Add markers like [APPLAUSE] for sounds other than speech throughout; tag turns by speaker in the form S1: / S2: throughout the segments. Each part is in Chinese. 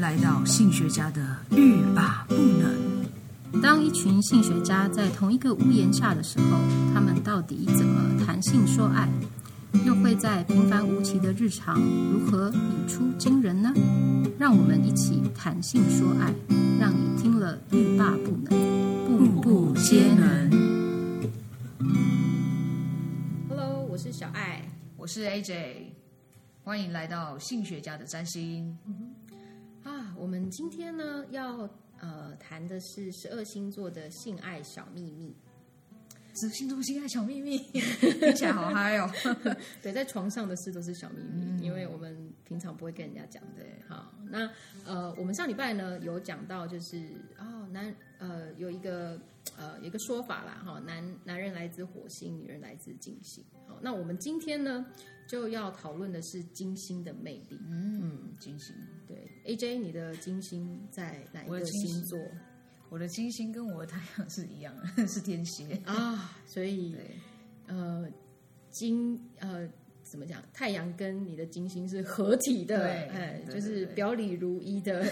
S1: 来到性学家的欲罢不能。
S2: 当一群性学家在同一个屋檐下的时候，他们到底怎么谈性说爱？又会在平凡无奇的日常如何语出惊人呢？让我们一起谈性说爱，让你听了欲罢不能，步步皆能。Hello，我是小爱。
S1: 我是 AJ，欢迎来到性学家的占星。
S2: 啊，我们今天呢要呃谈的是十二星座的性爱小秘密。
S1: 这星座性爱小秘密，听起来好嗨哦！
S2: 对，在床上的事都是小秘密，
S1: 嗯
S2: 因为我们平常不会跟人家讲的。好，那呃，我们上礼拜呢有讲到，就是哦，男呃有一个呃有一个说法啦，哈、男男人来自火星，女人来自金星。好，那我们今天呢就要讨论的是金星的魅力。
S1: 嗯，金星，
S2: 对，A J，你的金星在哪一
S1: 我的
S2: 个
S1: 金星 [LAUGHS]
S2: 星座
S1: 我的金星跟我的太阳是一样的，是天蝎。
S2: 啊？所以
S1: 对，
S2: 呃，金呃怎么讲？太阳跟你的金星是合体的，
S1: 对
S2: 哎，
S1: 对
S2: 就是
S1: 对哦对
S2: 表里如一的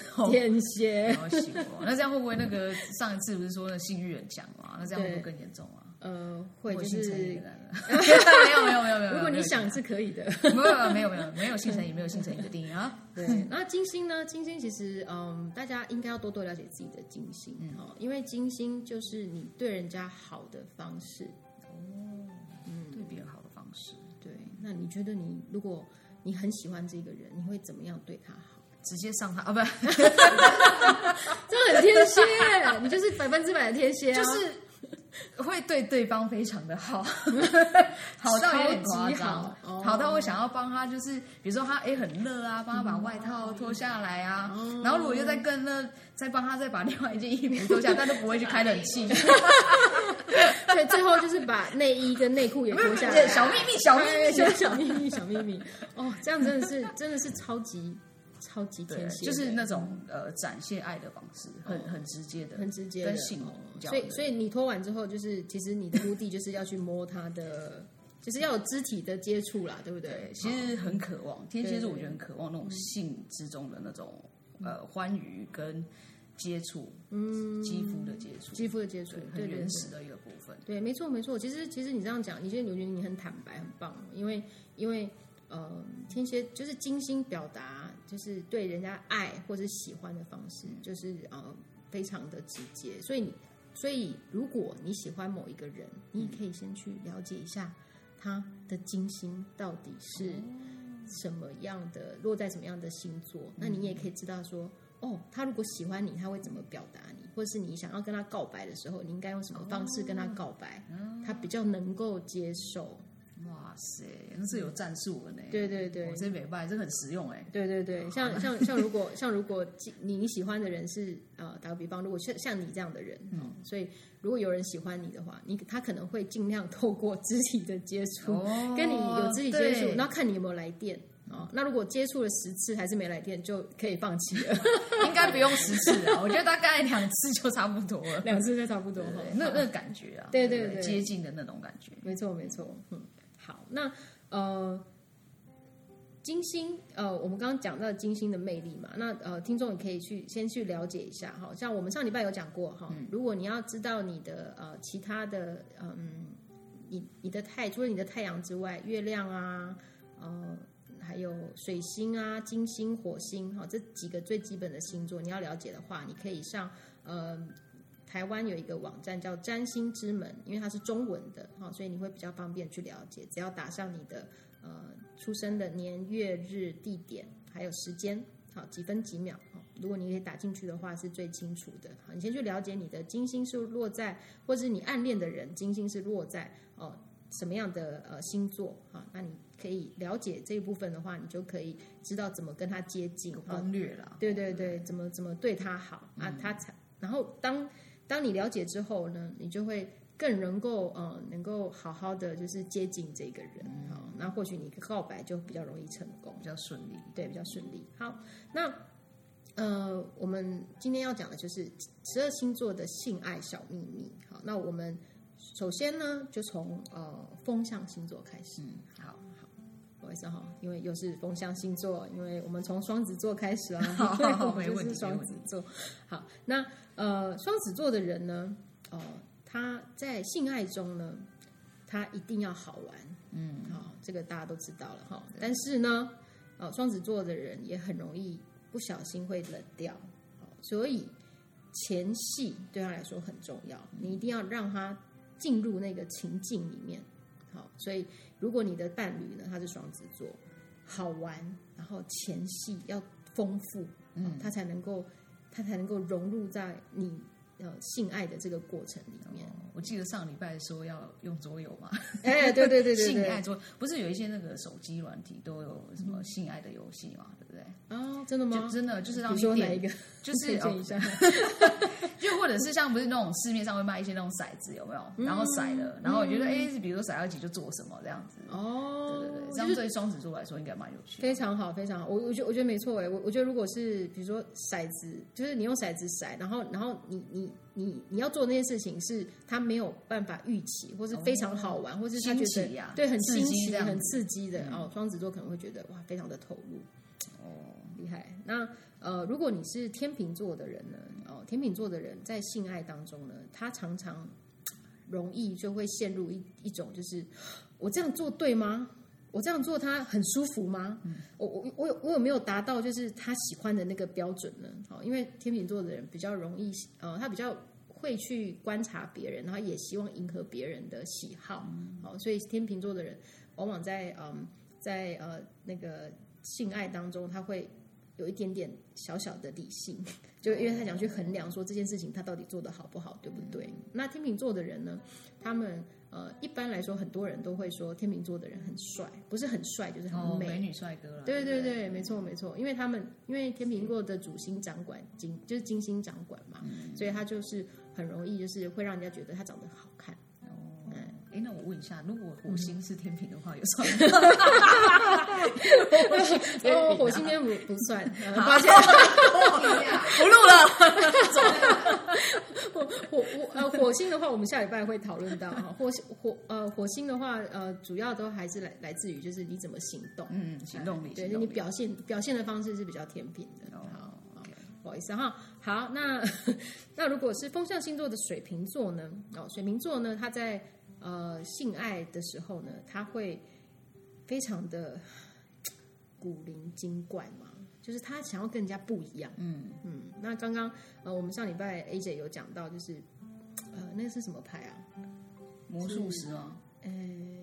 S1: [LAUGHS]
S2: 天蝎。
S1: 好喜欢。那这样会不会那个上一次不是说那性欲很强嘛？那这样会不会更严重啊？
S2: 呃，会
S1: 我
S2: 就
S1: 有性成瘾
S2: 是呃
S1: 的，男人没有没有没有没有。
S2: 如果
S1: 没
S2: 你
S1: 有
S2: 想是可以的。
S1: 没有没有没有没有性成瘾，没有性成瘾的定义啊。
S2: [LAUGHS] 对，那金星呢？金星其实，嗯，大家应该要多多了解自己的金星
S1: 嗯
S2: 哦，因为金星就是你对人家好的方式。
S1: 对别人好的方式，
S2: 对，那你觉得你如果你很喜欢这个人，你会怎么样对他好？
S1: [LAUGHS] 直接上他啊，不是。
S2: 这很天蝎，你就是百分之百的天蝎、啊，
S1: 就是会对对方非常的 [LAUGHS] 好，好到有点夸
S2: 超级
S1: 张
S2: 好，哦
S1: 好到我想要帮他，就是比如说他诶很热啊，帮他把外套脱下来啊，然后如果又再更热，再帮他再把另外一件衣服脱下 [LAUGHS] 来，但都不会去开冷气。
S2: [LAUGHS] 所以最后就是把内衣跟内裤也脱下来。
S1: 对小秘密，小秘
S2: 哎
S1: 密，
S2: 小 [LAUGHS] 小秘密，小秘密。哦，这样真的是真的是超级超级
S1: 对
S2: 天，蝎，
S1: 就是那种呃展现爱的方式，很很直接的，
S2: 很直接的
S1: 跟性
S2: 哦
S1: 比较
S2: 所以所
S1: 以
S2: 以你脱完之后，就是其实你的目的就是要去摸他的，就是要有肢体的接触啦，对不哦对
S1: 对，？其实很渴望，天蝎
S2: 对
S1: 座
S2: 对
S1: 我觉得很渴望那种性之中的那种
S2: 嗯
S1: 呃欢愉跟接触，嗯，肌肤的接触，
S2: 肌肤的接触，
S1: 对，
S2: 对
S1: 很原始的一个部分。
S2: 对，没错没错。其实其实你这样讲，你觉得我觉得你很坦白，很棒，因为因为呃，天蝎就是精心表达，就是对人家爱或者喜欢的方式，就是呃非常的直接。所以你所以如果你喜欢某一个人，你也可以先去了解一下他的金星到底是什么样的，落在什么样的星座，那你也可以知道说。哦，他如果喜欢你，他会怎么表达你，或是你想要跟他告白的时候，你应该用什么方式跟他告白，他比较能够接受。
S1: 哇塞，那是有战术的呢。
S2: 对对对
S1: 我这美拜这很实用哎。
S2: 对对对，像像像如果 [LAUGHS] 像如果你你喜欢的人是呃，打个比方，如果像像你这样的人，嗯，所以如果有人喜欢你的话，你他可能会尽量透过肢体的接触，
S1: 哦
S2: [LAUGHS] 跟你有肢体接触，
S1: 对
S2: 然后看你有没有来电。哦，那如果接触了十次还是没来电，就可以放弃了，
S1: 应该不用十次啊，我觉得大概两次就差不多了。
S2: [LAUGHS] 两次就差不多哈
S1: 对，那那个感觉啊，
S2: 对对对
S1: 接近的那种感觉。
S2: 没错，没错。嗯，好，那呃，金星，呃，我们刚刚讲到金星的魅力嘛，那呃，听众也可以去先去了解一下哈。像我们上礼拜有讲过哈，如果你要知道你的呃其他的嗯，你你的太除了你的太阳之外，月亮啊，呃。还有水星啊、金星、火星，哈，这几个最基本的星座，你要了解的话，你可以上呃台湾有一个网站叫占星之门，因为它是中文的哈、所以你会比较方便去了解。只要打上你的呃出生的年月日、地点，还有时间，好几分几秒、哦。如果你可以打进去的话，是最清楚的。好，你先去了解你的金星是落在，或是你暗恋的人金星是落在哦什么样的呃星座啊？那你可以了解这一部分的话，你就可以知道怎么跟他接近
S1: 有
S2: 啊
S1: 哦攻略啦，
S2: 对对对，怎么怎么对他好啊，他才。然后当当你了解之后呢，你就会更能够呃，能够好好的就是接近这个人啊、好那或许你告白就比较容易成功
S1: 哦比，较顺利。
S2: 对，比较顺利。好，那呃，我们今天要讲的就是十二星座的性爱小秘密。好，那我们首先呢，就从呃风象星座开始。
S1: 嗯，好，
S2: 不好意思哈，因为又是风象星座，因为我们从双子座开始啊，
S1: [LAUGHS] 好
S2: 因为
S1: 好
S2: 我们
S1: 没问
S2: 就
S1: 题
S2: 是双
S1: 没问
S2: 子
S1: 题
S2: 座。好，那呃，双子座的人呢，哦、他在性爱中呢，他一定要好玩，
S1: 嗯，
S2: 好、这个大家都知道了哈、但是呢，呃，双子座的人也很容易不小心会冷掉，好所以前戏对他来说很重要，你一定要让他进入那个情境里面。好，所以如果你的伴侣呢，他是双子座，好玩，然后前戏要丰富，嗯，他才能够他才能够融入在你呃性爱的这个过程里
S1: [LAUGHS]
S2: 面。
S1: 我记得上礼拜说要用桌游嘛，
S2: 哎，对对对对
S1: 性爱
S2: 对，
S1: 桌不是有一些那个手机软体都有什么性爱的游戏嘛，对不对？
S2: 哦，真的
S1: 就
S2: 吗？
S1: 真的就是
S2: 比
S1: 让
S2: 如
S1: 你
S2: 说哪一
S1: 点，
S2: 个？
S1: 就是
S2: 推荐
S1: 哦
S2: 一下。
S1: [LAUGHS] 就或者是像不是那种市面上会卖一些那种骰子有没有？
S2: 嗯
S1: 然后骰了，然后我觉得哎，比如说骰到几就做什么这样子。对
S2: 哦
S1: 对对，这样对双子座来说应该蛮有趣的。
S2: 非常好，非常好。我我觉得我觉得没错哎，我我觉得如果是比如说骰子，就是你用骰子骰，然后然后你你你你要做那件事情是他没有办法预期，或是非
S1: 哦
S2: 常好玩，或是他觉
S1: 新
S2: 得、
S1: 奇啊
S2: 对很
S1: 刺
S2: 新
S1: 激
S2: 奇、
S1: 这样子嗯
S2: 很刺激的。哦，双子座可能会觉得哇，非常的投入。哦，厉害。那呃，如果你是天秤座的人呢，哦，天秤座的人在性爱当中呢，他常常容易就会陷入一一种就是我这样做对吗？我这样做他很舒服吗？
S1: 嗯
S2: 我我我有我有没有达到就是他喜欢的那个标准呢？哦好，因为天秤座的人比较容易呃，他比较会去观察别人，然后也希望迎合别人的喜好。好，所以天秤座的人往往在嗯在呃那个性爱当中，他会有一点点小小的理性，就因为他想去衡量说这件事情他到底做的好不好，对不对？那天秤座的人呢，他们呃一般来说很多人都会说天秤座的人很帅，不是很帅就是
S1: 哦
S2: 很，美。
S1: 美女帅哥了。
S2: 对
S1: 对
S2: 对
S1: 不，
S2: 对，没错没错，因为他们因为天秤座的主星掌管金，就是金星掌管嘛，所以他就是很容易就是会让人家觉得他长得好看。
S1: 哎，那我问一下，如果火星是天平的话，有双 [LAUGHS] 啊
S2: [LAUGHS] 哦，火星天不不算，呃
S1: 抱歉，
S2: 啊
S1: [LAUGHS] 不录了。
S2: 火火呃火星的话，我们下礼拜会讨论到哈。火星火呃火星的话，呃主要都还是来来自于就是你怎么行动，
S1: 嗯，行动力，
S2: 对，
S1: 行
S2: 就
S1: 动
S2: 你
S1: 力。
S2: 表现表现的方式是比较天平的。
S1: 哦
S2: 好，
S1: OK
S2: 不好意思哈。好，那 [LAUGHS] 那如果是风象星座的水瓶座呢？哦，水瓶座呢，他在呃性爱的时候呢，他会非常的古灵精怪嘛，就是他想要跟人家不一样。
S1: 嗯
S2: 嗯，那刚刚呃，我们上礼拜 A 姐有讲到，就是呃，那是什么牌啊？
S1: 魔术师啊吗？
S2: 呃，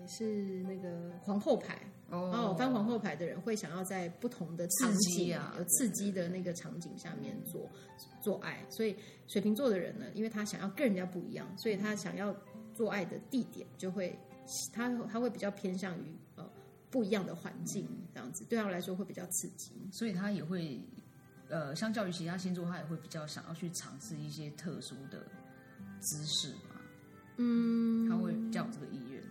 S2: 是那个皇后牌。哦，翻皇后牌的人会想要在不同的场
S1: 刺激
S2: 景、
S1: 啊
S2: 有刺激的那个场景下面做做爱，所以水瓶座的人呢，因为他想要跟人家不一样，所以他想要做爱的地点就会他他会比较偏向于呃不一样的环境，
S1: 嗯
S2: 这样子对他们来说会比较刺激。
S1: 所以他也会，呃，相较于其他星座，他也会比较想要去尝试一些特殊的姿势嘛。嗯，他会比较有这个意愿嘛。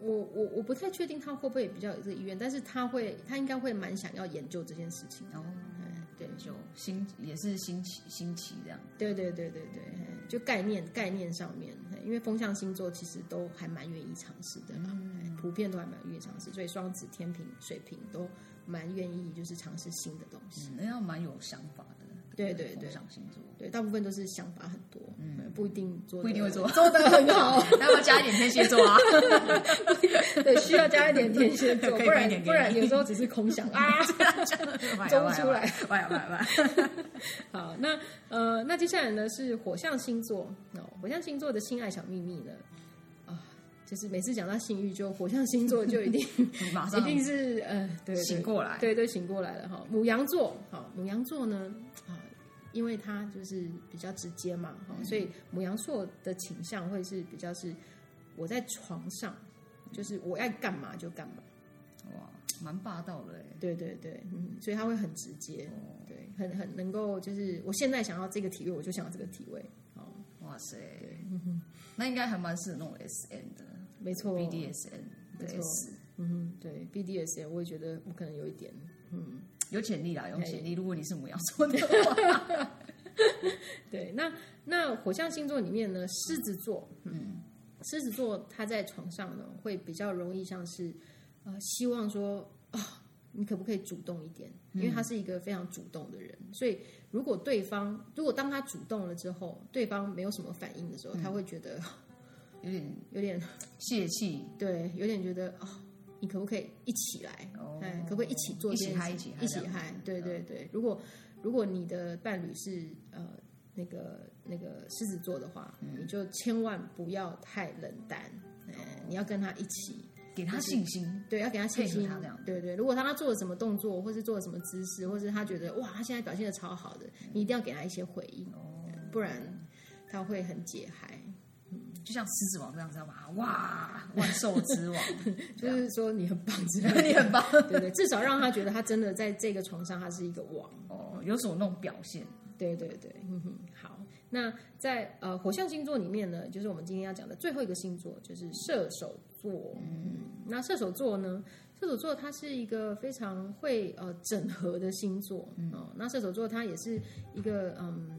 S2: 我我我不太确定他会不会比较有这个意愿，但是他会他应该会蛮想要研究这件事情的。
S1: 然后
S2: 嗯对
S1: 就新也是新奇新奇这样。
S2: 对对对对对，嘿就概念概念上面，嘿因为风象星座其实都还蛮愿意尝试的啦，嘿普遍都还蛮愿意尝试，所以双子、天平、水瓶都蛮愿意就是尝试新的东西。
S1: 嗯，那样蛮有想法的。
S2: 对
S1: 不
S2: 对对
S1: 风象星座。
S2: 对，大部分都是想法很多，嗯，不一定做得，
S1: 不一定会做
S2: 做的很好。
S1: 那要不要加一点天蝎座 [LAUGHS] 啊？
S2: [LAUGHS] 对，需要加一点天蝎 [LAUGHS] 座，
S1: 可以分
S2: 不
S1: 一
S2: 然
S1: 点
S2: 不
S1: 给
S2: 然
S1: 你
S2: 有时 [LAUGHS] 候只是空想啊。
S1: 中
S2: 出来，
S1: 喂喂喂，
S2: 好，那呃，那接下来呢是火象星座哦，火象星座的性爱小秘密呢，啊，就是每次讲到性欲，就火象星座就一定
S1: 你 [LAUGHS] 马
S2: 一
S1: 上
S2: 定是呃，对对
S1: 醒过来。
S2: 对对，醒过来了哈。母羊座，好，母羊座呢啊，因为它就是比较直接嘛，哈、
S1: 嗯
S2: 所以母羊座的倾向会是比较是我在床上，就是我爱干嘛就干嘛，
S1: 哇，蛮霸道的哎。
S2: 对对对，嗯，所以他会很直接，
S1: 哦
S2: 对，很很能够就是我现在想要这个体位，我就想要这个体位，哦，
S1: 哇塞，嗯那应该还蛮适合那种 S N 的
S2: 没错
S1: B D S N
S2: 没
S1: 的
S2: 错
S1: S，
S2: 嗯哼，对，BDSM 我也觉得我可能有一点，嗯，
S1: 有潜力啦，有
S2: 哎
S1: 潜力。如果你是母羊座的话，
S2: 对，那那火象星座里面呢，狮子座，嗯，狮子座他在床上呢会比较容易像是。呃，希望说啊、你可不可以主动一点？
S1: 嗯
S2: 因为他是一个非常主动的人，所以如果对方如果当他主动了之后，对方没有什么反应的时候，
S1: 嗯
S2: 他会觉得
S1: [LAUGHS] 有点
S2: 有点
S1: 泄气，
S2: 对，有点觉得啊、你可不可以一起来？
S1: 哦
S2: 哎，可不可以一起做
S1: 一
S2: 这
S1: 起
S2: 件
S1: 嗨
S2: 事
S1: 一起嗨
S2: 一起
S1: 这样
S2: 嗨，对对对。如果如果你的伴侣是呃那个那个狮子座的话，
S1: 嗯
S2: 你就千万不要太冷淡，哎，你要跟他一起，
S1: 给他信心，
S2: 对，要给他信
S1: 配合
S2: 心
S1: 他这样，
S2: 对对。如果他他做了什么动作，或是做了什么姿势，或是他觉得哇，他现在表现的超好的，
S1: 嗯
S2: 你一定要给他一些回应，
S1: 哦
S2: 呃不然他会很解嗨。
S1: 就像狮子王这样，知道吗？哇，
S2: [LAUGHS]
S1: 万兽之王，啊
S2: 就是说你很棒之类的，
S1: [LAUGHS] 你很棒
S2: 对对，至少让他觉得他真的在这个床上他是一个王。
S1: 哦，有所那种表现，
S2: 对对对，嗯哼，好。那在呃火象星座里面呢，就是我们今天要讲的最后一个星座，就是射手座。嗯，那射手座呢，射手座它是一个非常会呃整合的星座。嗯、哦，那射手座它也是一个嗯，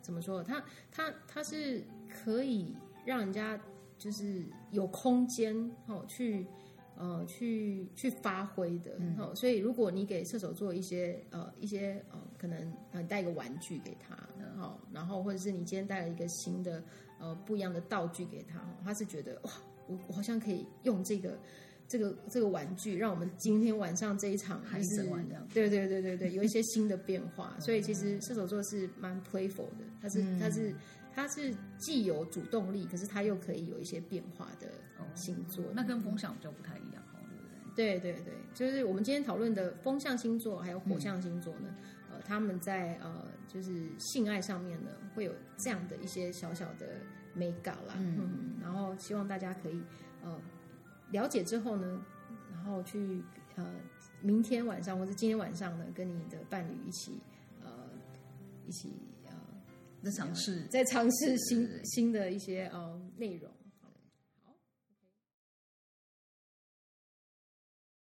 S2: 怎么说？它它它是可以让人家就是有空间哦去。呃，去去发挥的、
S1: 嗯
S2: 哦，所以如果你给射手座一些呃一些呃，可能呃带一个玩具给他，哦，然后或者是你今天带了一个新的呃不一样的道具给他，哦他是觉得哇，我我好像可以用这个这个这个玩具，让我们今天晚上这一场
S1: 还
S2: 就是
S1: 整晚这样
S2: 对对对对对，有一些新的变化，所以其实射手座是蛮 playful 的，他是他是他是既有主动力，可是他又可以有一些变化的星座。
S1: 那跟风向比较不太一样，哦，对不对？
S2: 对对对，就是我们今天讨论的风象星座还有火象星座呢，呃，他们在呃就是性爱上面呢会有这样的一些小小的美感啦，嗯然后希望大家可以呃了解之后呢，然后去呃明天晚上或者今天晚上呢，跟你的伴侣一起呃一起呃
S1: 这尝试
S2: 再尝试新新的一些呃内容。